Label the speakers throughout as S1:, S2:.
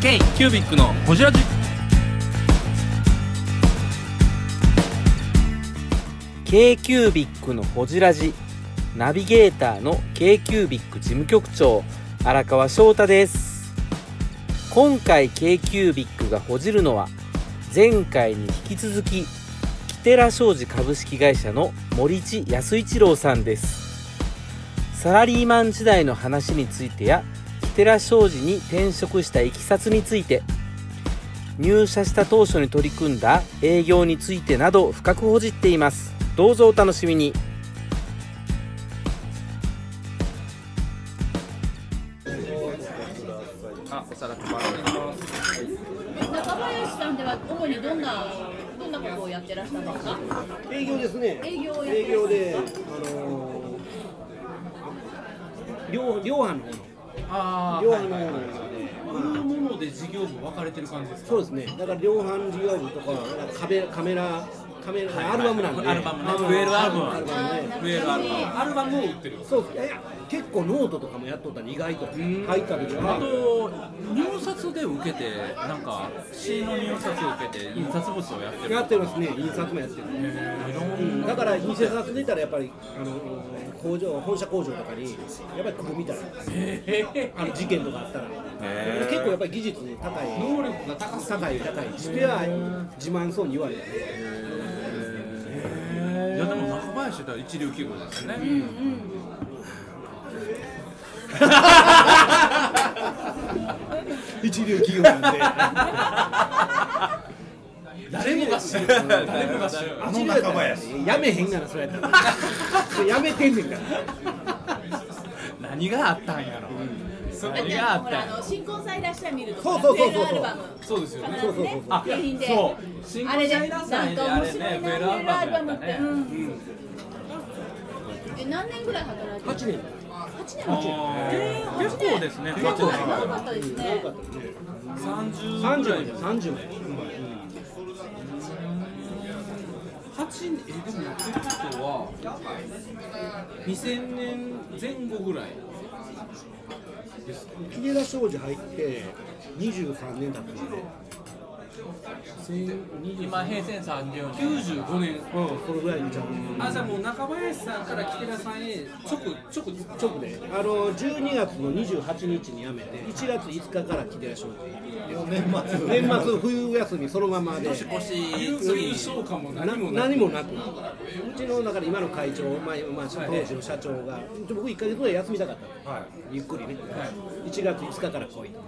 S1: ケイキュービックのホジラジ
S2: ケイキュービックのほじラジ。ナビゲーターのケイキュービック事務局長荒川翔太です。今回ケイキュービックがほじるのは前回に引き続きキテラ商事株式会社の森地康一郎さんです。サラリーマン時代の話についてやキテラ商事に転職したいきさつについて入社した当初に取り組んだ営業についてなど深くほじっていますどうぞお楽しみに
S1: あお皿配られます
S3: 中林さんでは主にどんなどんなことをやってらっしゃるんですか。
S4: 営業ですね。
S3: 営業をやって
S4: 営業で、あのー、量量販の方の
S1: あ
S4: 量販の方なんですよね。
S1: こういうもので事業部分かれてる感じですか
S4: そうですね。だから量販事業部とかだからカメカメラカメラアルバムなんで。
S1: アルバムね
S4: あの
S1: ウェールアルバム
S4: アルバムね。
S1: ウェルアルバムアルバムを売ってる
S4: そうですね。いや結構ノートとかもやっとったら意外と入った時
S1: あ
S4: は。
S1: と入札で受けてなんか C の入札を受けて印刷物をやってる
S4: やってますね。印刷もやってる。うんだから印刷出たらやっぱりあの工場本社工場とかにやっぱり来るみたいなんですよあの事件とかあったら結構やっぱり技術ね高い能力が高高い高いスペア自慢そうに言われて
S1: いやでも中林って一流企業ですよね、
S4: 一流企業なんで
S1: 誰もが知る誰もが知る
S4: あの仲間やしやめへんがなそれやったらそれやめてんねんから
S1: 何があったんやろ、そ
S3: だっ
S1: 何
S3: て
S1: があ
S3: あの
S1: っ
S3: ほ
S1: た
S3: ら
S1: ん
S3: あ
S1: や
S3: の新婚さんいらっしゃい見ると
S4: そうそうそうそう
S3: セールアルバム
S1: そうですよね
S3: 必ずね
S4: そうそうそうそう
S3: 景品で
S1: そう新
S3: あ
S1: 婚
S3: れ
S1: さん
S3: で
S1: い
S3: な
S1: らっ
S3: ん
S1: しゃいで
S3: か
S1: あ
S3: 面
S1: れ
S3: 白
S1: ね
S3: い
S1: ウェ
S3: な
S1: ル
S3: セー
S1: アルバムやってたね、
S3: ルアルバムっ、うん、え何年ぐらい働いて
S4: 8年
S3: 八年も
S1: えー結構ですね
S3: 結構長かったですね
S1: 30ぐらい
S4: 30年30年
S1: 八年えでもってことは2000年前後ぐらい
S4: 池田商事入って23年経ったんで
S1: 今平成34年95年
S4: うんそのぐらいにちゃうん
S1: あじゃあもう中林さんから木寺さんへ直直
S4: 直で、あの12月の28日に辞めて、1月5日から来てらっしゃる年末、年末冬休みそのままで、
S1: 郵送消化も何もない
S4: 何もなく、うちのだから今の会長、まあ、まあ、当時の社長が、ちょ僕1か月ぐらい休みたかったの、ゆっくりね、1月5日から来いと。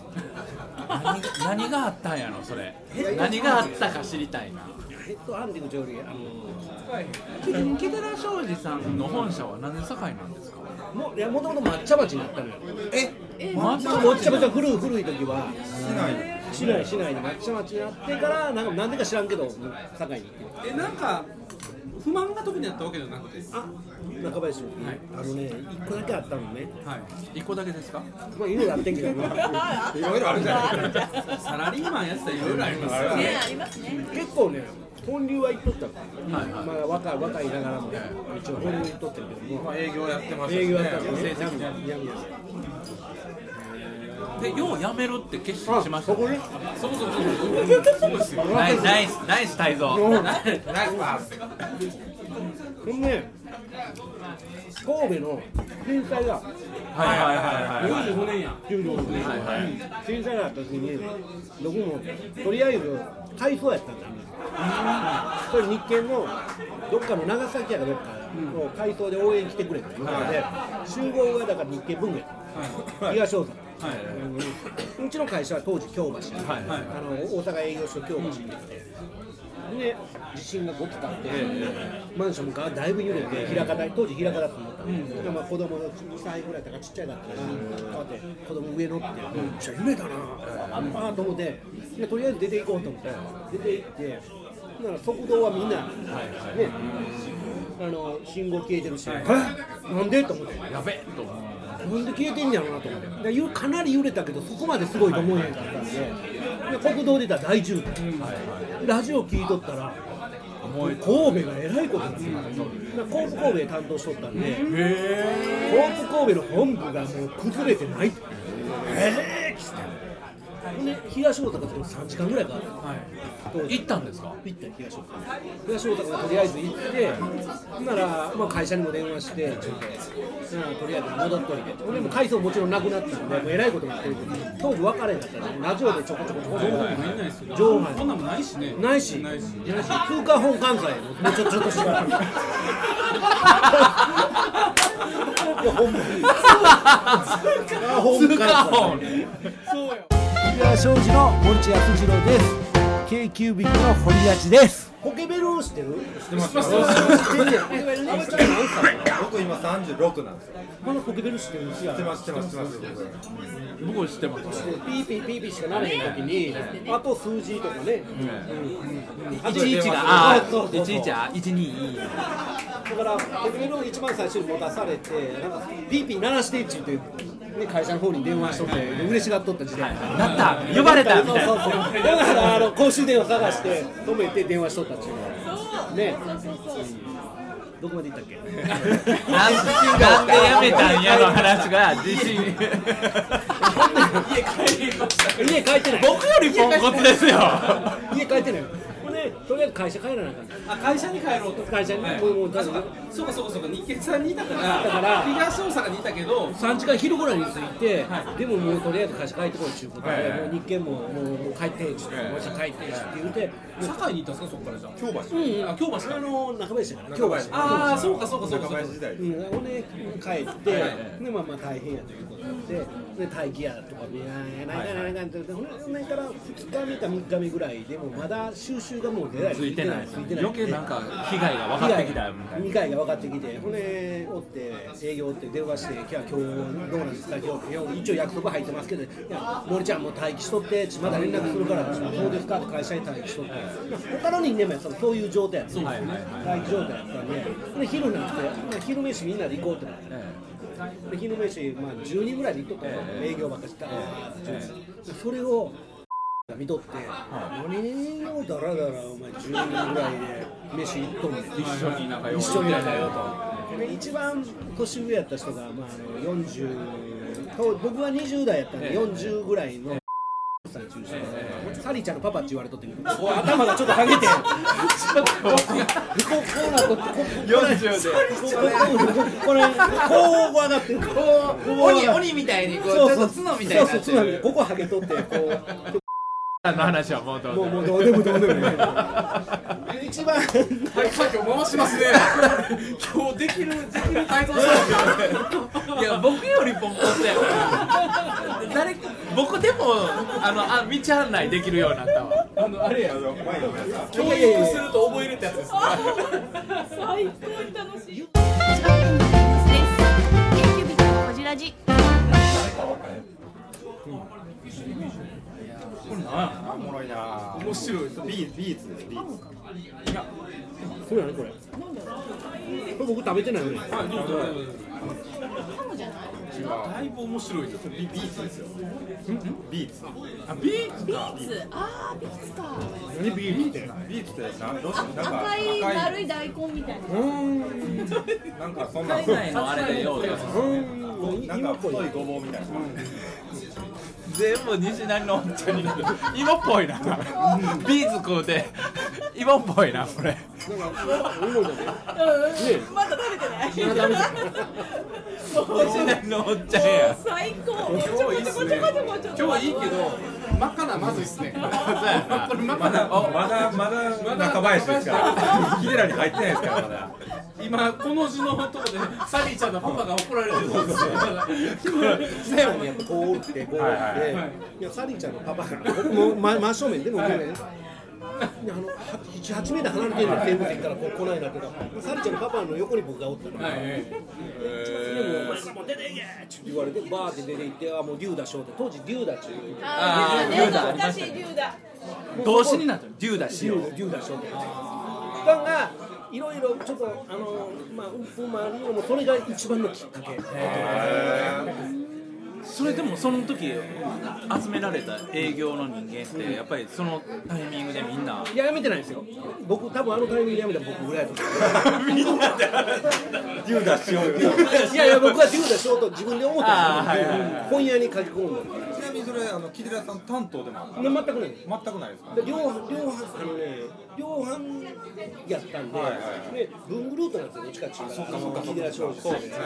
S1: 何が何があったんやろそれ何があったか知りたいな
S4: ヘッドハンディング上よりあ
S1: 木寺庄司さんの本社は何で堺なんですか
S4: のもいやもともと抹茶町にあったのよ、
S3: え
S1: 抹茶
S4: もっちゃもちゃ古い古い時は、市内市内で抹茶町にあってから、なんかなんでか知らんけど、もう堺に行って。
S5: えなんか不満が特にあったわけじゃなくて
S4: あ、中林君、
S1: はい
S4: あのね、一個だけあったのね。
S1: はい一個だけですか
S4: まあ、いろいろあってんけどな、
S5: いろいろあるじゃないサラリーマンやってたらいろいろありますよ
S3: ねありますね
S4: 結構ね、本流は行っとったの。
S1: はい
S4: まあ、若い、若いながらも、一応本流行っとってるけども。
S5: 営業やってま
S4: 営業やった
S5: よ
S4: らね、
S5: 成
S4: や
S5: 績
S4: む
S5: も
S4: やむやむ
S1: でようやめるって決心
S4: あ、
S1: しました
S4: そ
S1: ね
S4: こね、
S5: そうそうそうそうそうですよ
S1: ナイスナイスナイス泰造
S4: うん
S5: ナイスパス
S4: ほんで。神戸の震災が、
S1: はいはいはいはい
S5: 45年や
S4: 95年、震災があった時に、僕もとりあえず改装やったんだ。それ日券のどっかの長崎やかどっかの回送で応援来てくれと言われて、集合がだから日券文具やった、東大阪、うんうちの会社は当時京橋、
S1: はいはい
S4: あの大阪営業所京橋に来てで地震が5つあって、マンションがだいぶ揺れて平方当時平方だと思ったの、でまあ子供の2歳ぐらいだからちっちゃいだったから、こうやって子供上乗ってめっちゃ揺れたなあんまと思ってでとりあえず出て行こうと思って出て行ってほんなら速道はみんな、ねあの信号消えてるし、えなんでと思って
S1: やべえと思う
S4: なんで消えてんやろうなと思ってでゆかなり揺れたけどそこまですごいと思えへんかったんでで国道出たら大渋滞、ラジオ聞いとったら神戸がえらいことになってる、だからコープ神戸担当しとったんで、コープ神戸の本部がもう崩れてないってええーっつってほんね東大阪とか3時間ぐらいかかる当時
S5: 行ったんですか
S4: 行ったよ東大阪東大阪にとりあえず行ってほんなら、まあ、会社にも電話してちょっとなあとりあえず戻っといてほんでもう回数ももちろんなくなったんでもうえらいことになってるけど当時別れだったんでラジオでちょこちょこちょこちょこ
S1: 入んないですよ
S4: 上半
S1: こんなんもないしね
S4: ないし
S1: ないし
S4: ないし通過本関西もうちょちょっとしばらくいやほんまに通過本関
S6: 倉
S4: 西
S6: 庄司の森地康次郎です k キュービッの堀立です
S4: ポケベル知ってる
S7: 僕今36なんですよ。
S4: まだポケベル知ってるんですよ
S7: 知ってます、知ってます、知ってます。
S5: 僕知ってます
S4: ピーピーピーピーしかなれへん時にあと数字とかね
S5: 11があ
S4: そうそうそう
S5: 11あ12
S4: だからポケベルを一番最初に持たされてなんかピーピー鳴らしてって言って、ね、会社の方に電話しとってで嬉しがっとった時代
S5: なった呼ばれたみたい
S4: そうそう
S5: な
S4: そうだからあの公衆電話探して止めて電話しとったっていうねどこまで行ったっけ
S5: なんなんでやめたんやの話が自信
S4: 家帰ってない
S5: 僕よりポンコツですよ
S4: 家帰ってないほんでとりあえず会社帰らなあか
S1: あ
S4: ん
S1: 会社に帰ろうと
S4: 会社に
S1: はい
S4: もうもう
S1: あそうかそうかそうかそうか日経さんにいたから
S4: だから
S1: 東大阪にいたけど
S4: 3時間昼ごろに着いて、でももうとりあえず会社帰ってこいっていうことで、もう日経ももうもう帰ってっつって、もう帰ってっつって言うて、
S1: 堺に行ったんですかそこからじゃあ京橋あ京橋
S4: あ
S1: か
S4: の中林やから、今日は。
S1: ああそうかそうかそうか
S7: 若
S1: そうか
S7: 林時代
S4: う。ん、ほんで帰って、でまあまあ大変やということで、で待機やとか、いやいやなんかなんかなんかって、ほんでほんでから2日目か3日目ぐらいでもまだ収集がもう出ない、
S5: ついてない
S4: ついてない。
S5: 余計なんか被害が分かってきたみたいな
S4: 2回が分かってきて、骨折って、営業折って電話して、今日は今日どうなんですか、今日今日一応約束入ってますけど、いや森ちゃん、もう待機しとって、ちまだ連絡するから、どうですかって会社に待機しとって、他の人間もやっぱそういう状態やねん、待機状態やったんで、で昼になって、まあ昼飯みんなで行こうってなって。で昼飯、まあ、10人ぐらいで行っとったの、営業ばっかしてたから、でそれを見とって、何をだらだらお前10人ぐらいで飯行っとんねん
S5: 一緒に仲良い
S4: 一緒にやったよと。で一番年上やった人が、まあ、あの40と僕は20代やったんで、40ぐらいの。さん中心でサリーちゃんのパパって言われとってみる頭がちょっとかげてちょっとこうこうなっとってここ
S5: 40で
S4: こここれこう上がってる鬼鬼みたいにこうそうそう角みたいなそうそう角みたいなここはげとってこう
S5: あの話はもうどう
S4: もう
S5: ぞ
S4: もうどうでもどうでもいい一番
S1: はい、作業回します ね。今日できる、できる体操し
S5: いや僕よりポンコツやから誰か僕でもあのあ道案内できるようになったわ
S1: あの、あれや、
S7: あの前の皆さん。
S1: 教育すると覚えるってやつです。
S3: 最高に楽しい。千葉県のです。研究日のこじらじ。
S7: あ、おもろいな。面白い。ビービーツです。ビーツ。
S4: これ何これこれ僕食べてないのに
S1: だいぶ面白いです。
S7: ビビーツですよ。ビーツ。
S5: あビー
S3: ビーツ。あービーツか。
S4: 何ビールって
S7: ビーツってなんどうし
S3: あ
S7: なんか
S3: 赤い丸い大根みたいな。
S7: なんかそんな
S5: 海外のあれでようです
S7: なんか太いごぼうみたいな。
S5: 全部西成のおっちゃんになる芋っぽいなビーズ食うて芋っぽいなこれ
S3: まだ食べてない。
S5: 西成のおっちゃんや
S3: 最高。ちょこちょこちょこちょこちょこ。今日はいいけど。
S1: 真っ赤な、まずいっすね。
S5: これまだ
S7: まだまだ中林です から。ヒデラに入ってないですからまだ。
S1: 今、この字のとこで、サリーちゃんのパパが怒られてるんですよ。
S4: 最後にやっぱこう打ってこう打って、いやサリーちゃんのパパが僕も真真正面でも僕ね、いやあの78メーター離れてるの全部席からこう来ないなとかサリーちゃんのパパの横に僕がおったの、でも「お前らもう出ていけ!」って言われてバーって出て行ってあもう龍ダショーって当時龍ダっていう
S3: あー龍だね。懐かしい龍だ。
S5: 動詞になったデューだしよう
S4: 龍ダショーってだがいろいろちょっとあのまあ運風もあるのもそれが一番のきっかけ
S5: それでもその時集められた営業の人間ってやっぱりそのタイミングでみんない
S4: ややめてないですよ僕多分あのタイミングでやめたの僕ぐらいだと思う
S7: ビューダしよう。
S4: いやいや僕は自由だしようと自分で思ったん
S5: あーはいはい
S4: ですよ本屋に書き込んだ
S7: ちなみにそれあの木寺さん担当でもあった
S4: 全くないです
S7: 全くないですか
S4: で量販量販あのね量販やったんで、
S7: はいはい
S4: で文具ルートなんですよどっちかっていうと
S7: そっかそっかそっか
S4: 木寺商事
S7: そうですね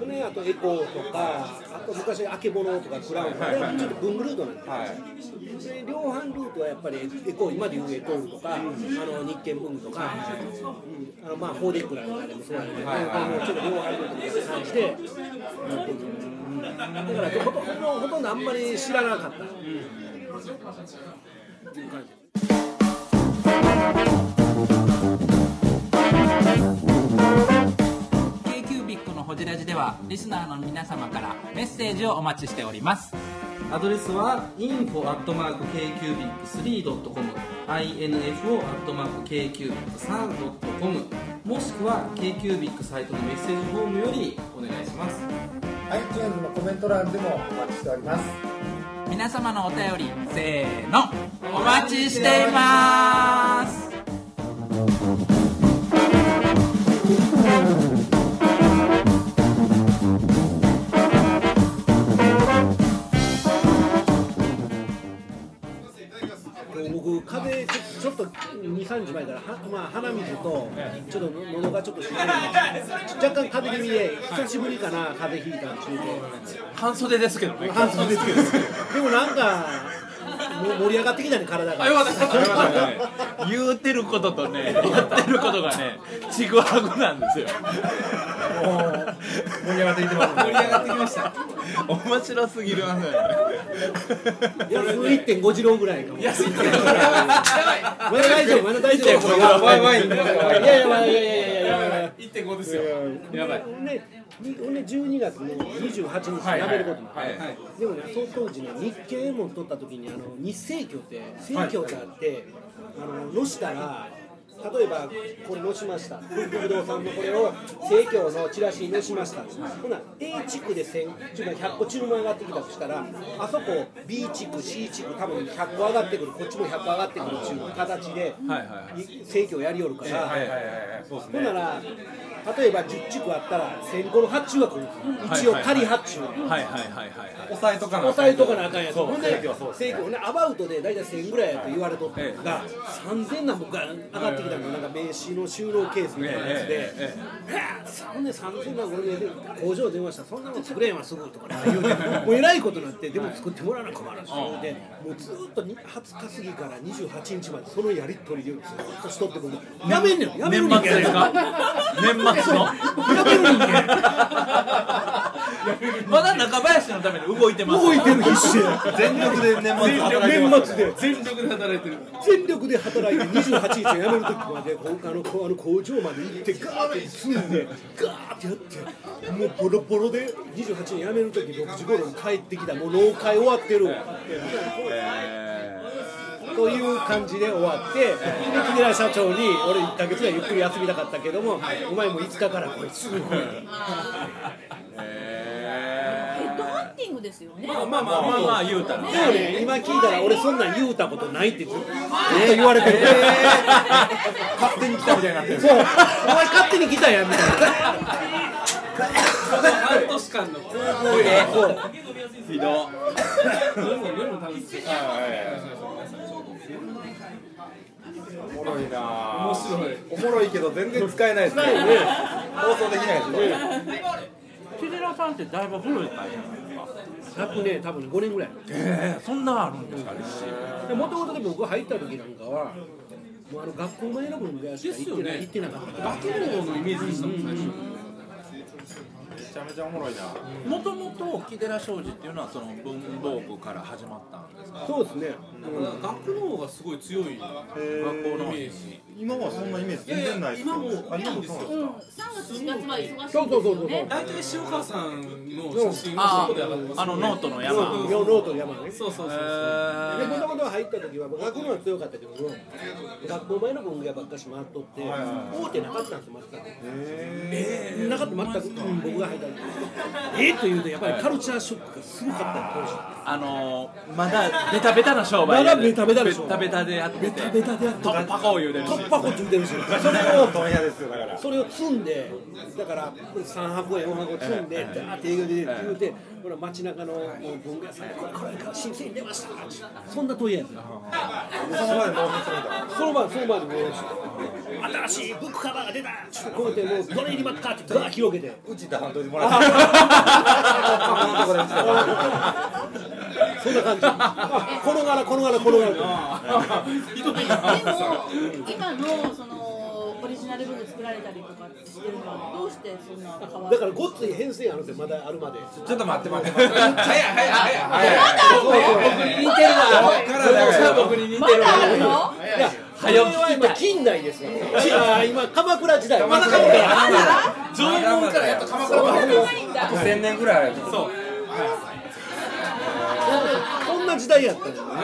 S4: でねあとエコーとかあと昔あけぼのとかクラウンとか、
S7: はいはいはい
S4: ちょっと文具ルートなんですよ、
S7: はい
S4: で量販ルートはやっぱりエコー今で言うエコールとか、あの日経文具とか、うんあのまあフォーデックなんかでもそうなんで、
S7: はいはい
S4: もうちょっと量販ルートみたいな感じでやっていくんですだからほとほとんどほとんどあんまり知らなかった、っていう感じ
S5: ケイキュービックのホジラジではリスナーの皆様からメッセージをお待ちしております
S1: アドレスは info.kcubic3.com info.kcubic3.com もしくは KQBIC サイトのメッセージフォームよりお願いします
S8: iTunes のコメント欄でもお待ちしております
S5: 皆様のお便りせーのお待ちしています
S4: 僕風邪ちょちょっと23日前からは、まあ、鼻水とちょっと喉がちょっとしんどい若干風邪気味で久しぶりかな風邪ひいたん中
S5: 半袖ですけどね
S4: で半袖ですけどでもなんかもう盛り上がってきたね体が
S5: よかったよかったよかった言うてることとねやってることがねちぐはぐなんですよ
S7: 盛り上がってきてます
S1: 盛り上がってきま した
S5: 面白すぎる
S4: 1.5次郎ぐらいかも
S5: 安いってやば
S4: まだ大丈夫まだ大丈夫いや
S7: ワイワイ
S4: いやいやいやいやいやいやいや
S5: い1.5ですよやばい
S4: ほんでほんで12月の28日にやめることになってでもね、その当時ね、日経英文取った時にあの日生協って生協ってあって、あののしたら例えばこれのしました不動産のこれを生協のチラシにのしましたほな A 地区で1000ちゅうか100個注文上がってきたとしたらあそこ B 地区 C 地区多分100個上がってくるこっちも100個上がってくるっていう形で生協やりよるから。
S7: はいはいはいはいそうです
S4: ほん
S7: ね
S4: なら、例えば10地区あったら、1000個の発注が来るんですよ、一応、仮発注、
S5: はいはいはいはい
S7: 抑えとかな
S4: 抑えとかなあかんやつ、
S7: そう
S4: ほんで、
S7: 正規はそうですね
S4: 正規ほんでアバウトで大体1000ぐらいやと言われとったの
S7: え
S4: が、3000なんぼが上がってきたの、なんか名刺の就労ケースみたいなやつ
S7: え
S4: で
S7: ええ、
S4: ほんで3000なんぼ俺で工場電話したら、そんなもん作れへんわ、すぐとかなんか言うて、もうえらいことになって、でも作ってもらわな困るし、でもうずーっとに20日過ぎから28日まで、そのやり取りでずーっとしとって、僕やめんねん、やめるねん
S5: 年末ですか年末の
S4: やめる人間
S5: まだ中林のために動いてます
S4: 動いてる必死
S7: 全力で年末働いてます
S4: 年末で
S5: 全力で働いてる
S4: 全力で働いて28日辞める時までこうあのこうあの工場まで行ってガーッて積んでガーッてやってもうボロボロで28日辞める時6時頃に帰ってきたもう老会終わってるわという感じで終わって、で木寺社長に、俺、1か月ぐらいゆっくり休みたかったけども、お前も5日からこいつ、
S3: ヘッドハンティングですよね。
S5: まあまあまあまあ言うたら
S4: でもね、今聞いたら、俺、そんなん言うたことないってずっと言われてる、
S7: 勝手に来たみたいになってる
S4: そう、お前勝手に来たやんみたいな。
S1: 半年間の
S5: ひど
S7: おもろいな
S1: 面
S7: ぁ
S1: 白い
S7: おもろいけど全然使えないですね放送できないですね
S5: 木寺さんってだいぶ古い会社
S4: 100ね、多分ね5年ぐらい。
S5: えそんなあるんですかね
S4: でもともとで僕が入った時なんかは、もうあの学校前の分ぐらいしか行ってない、行ってなかったから。
S1: 学のイメージでしたもん最初
S7: めちゃめちゃおもろいな
S5: もともと木寺商事っていうのはその文房具から始まったんですか
S4: そうですね。
S1: 学の方がすごい強い
S5: 学校
S1: イ
S5: の
S1: メージ
S7: 今はそんなイメージ全然ないですよ
S1: いやいや今も
S7: あ今もそうなんで
S3: う
S7: す
S3: ん、3
S7: か
S3: 月4月まで忙しいんです
S4: そうそうそう
S3: よ
S4: そう。
S3: ね。
S1: 大体塩川さんの写真がそこで上がってます
S5: あのノートの山
S4: ノートの山ね。
S1: そうそうそうそう
S4: で、 もともと入った時は、学校のは強かったけども、学校前の分ぐらいばっかし回っとって、大手なかったんですよ、全く。えなかった、全く。うん僕が入った時。えーというと、やっぱりカルチャーショックがすごかった当時。
S5: あのまだベタベタな商
S4: ま
S5: 売
S4: だベタベタでしょ
S5: ベタベタでやってて
S4: ベタベタでやって
S5: トッパコを言うてるし
S4: 突破口言うてるし
S7: それを問屋ですよだから
S4: それを積んでだから3箱や4箱積んでダーって営業で出て言うてほら街中のもう文具屋さんで「これから新鮮に出ました」そんな問い合わ
S7: そこまで納品するんだ
S4: せその晩その晩にも新しいブックカバーが出た」こうやってもうどれ入りますかってガー広げて
S7: うちだ半といてもらってあこんなとこでうちだ
S4: そんな感じ あ転がら転がら転がら
S3: でも今のそのオリジナルブック作られたりとかしてるのはどうしてそんな変わ
S4: だ
S3: る
S4: からごっつい編成あるんですよまだあるまで
S7: ちょっと待って 待って待って早い早い早い早い
S5: 似てるな
S7: からだよ
S5: 僕に似
S3: ま
S5: てる
S3: だあるの
S4: いやこれは今近代です よちあー今鎌倉時代
S7: 鎌倉時代
S4: あ
S5: 縄文からやっと鎌倉まで
S7: 1000年ぐらい
S5: そう
S4: ーこんな時代やったんだよね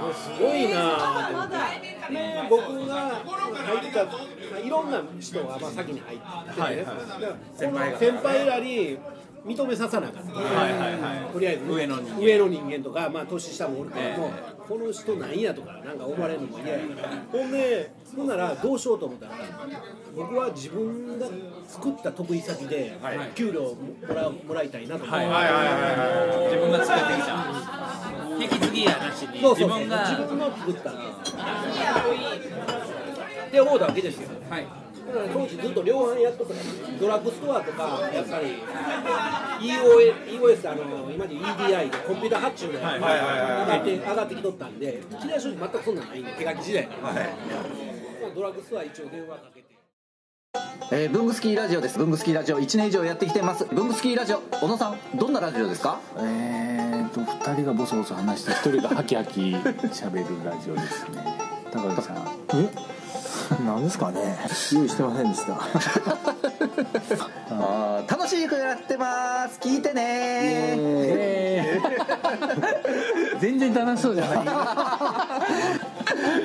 S4: もうすごいなーって
S3: まだ
S4: ね、僕が入った、まあ、いろんな人がまあ先に入ってて、だからこの先輩らに認めささなかった、とりあえず、ね、
S5: 上の人間
S4: 上の人間とか、まあ、年下もおるけども、この人なんやとかなんか思われるのも嫌やほんでほんならどうしようと思ったら僕は自分が作った得意先で給料もらうもらいたいなと思って、
S5: 自分が作ってきた引き継ぎやなしに
S4: そうそうそ
S5: 自
S4: う
S5: 分が
S4: 自分の作ったんですって思うだけですよ
S1: はい
S4: だから当時ずっと量販やっとったからドラッグストアとかやっぱり EOS, EOS あの今で言う EDI でコンピューター発注で上
S7: いはいはいはい
S4: がって上がってきとったんで機内所持全くそんなんないんで手書き時代から、まあドラッグストア一応電話かけて。
S9: えー、ブングスキーラジオですブングスキーラジオ1年以上やってきてますブングスキーラジオ小野さんどんなラジオですか
S10: えーと2人がボソボソ話して1人がハキハキ喋るラジオですね高木さんえなんですかね用意してませんで した
S9: あー楽しい曲やってます聞いてね
S10: 全然楽しそうじゃ な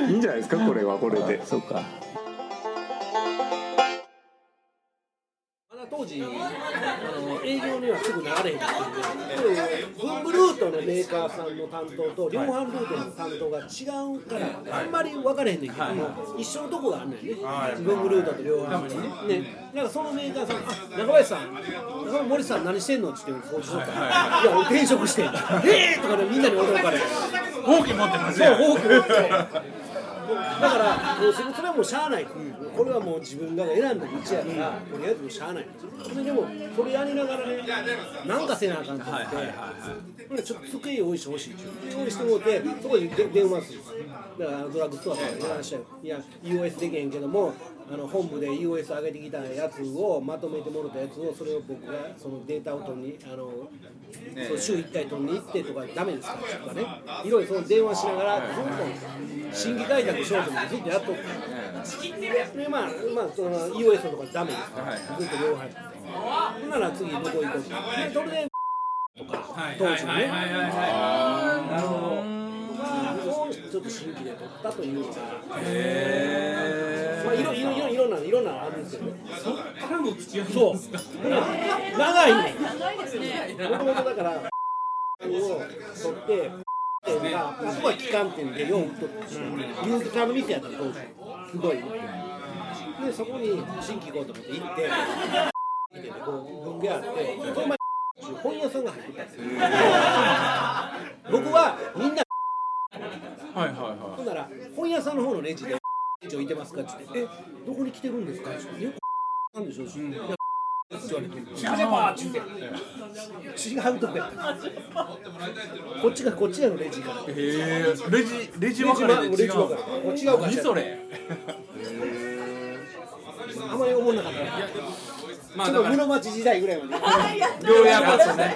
S10: いいいんじゃないですかこれはこれでそうか
S4: まだ当時、あの営業にはすぐ流れへんっていうんで、文具ルートのメーカーさんの担当と、量販ルートの担当が違うから、あんまり分からへんねんけども、一緒のとこがあんねんね、文具ルートと量販ルートね。ねなんかそのメーカーさん、あ中林さん、中林森さん、何してんのって言って、こうしようか、いや、俺、転職してんだ、へえとかね、みんなに驚かれる。
S5: ほうき持ってます
S4: そう、
S5: やん
S4: 多く持って。だから、もうそれそれはもうしゃあない、これはもう自分が選んだ道やから、とりあえずもうしゃあない、それでも、それやりながらね、なんかせなあかんと思って、ほんでちょっと机用意してほしいって言う、用意してもうて、そこでで電話するんですよだからドラッグストアから電話したよ、いや、EOS できへんけども、あの本部で EOS 上げてきたやつをまとめてもらったやつを、それを僕がそのデータを取りに、あのそう週1回取りに行ってとか、ダメですかとかね、いろいろその電話しながら、ずっと新規開拓しようと思ってずっとやっとって。でまあ、まあ、その EOS のとかダメですから、ずっと両方入ってほんなら次どこ行こうかでそれでとか当時のねなるほどちょっと新規で取ったというかまあいろいろいろいろんないろんなあるんですけどそっからの付き合いそう長いんです
S3: 長いですね
S4: もともとだから、を取って、店が、あそこは旗艦店でよう売っとったし、ユーズカの店やったの当時、すごい。で、そこに新規行こうと思って行って、見ててこう文具屋あって、その前に本屋さんが入ってたんですよ。僕はみんな、
S5: はいはいは
S4: ほんなら本屋さんの方のレジで、一応いてますかって言って、え、どこに来てるんですかって言って、えなんでしょうし、いやって言われて、聞ればって言って。違うとこ やったこっちがこっちやのレジから
S5: いへえレジレジ分かれで違う
S4: 分かれ違うから
S5: 何それ
S4: あんまり思わなかった
S5: まあ
S4: ちょ
S5: だ
S4: っと
S5: から
S4: 室町時代ぐらいまで
S5: 両やばとね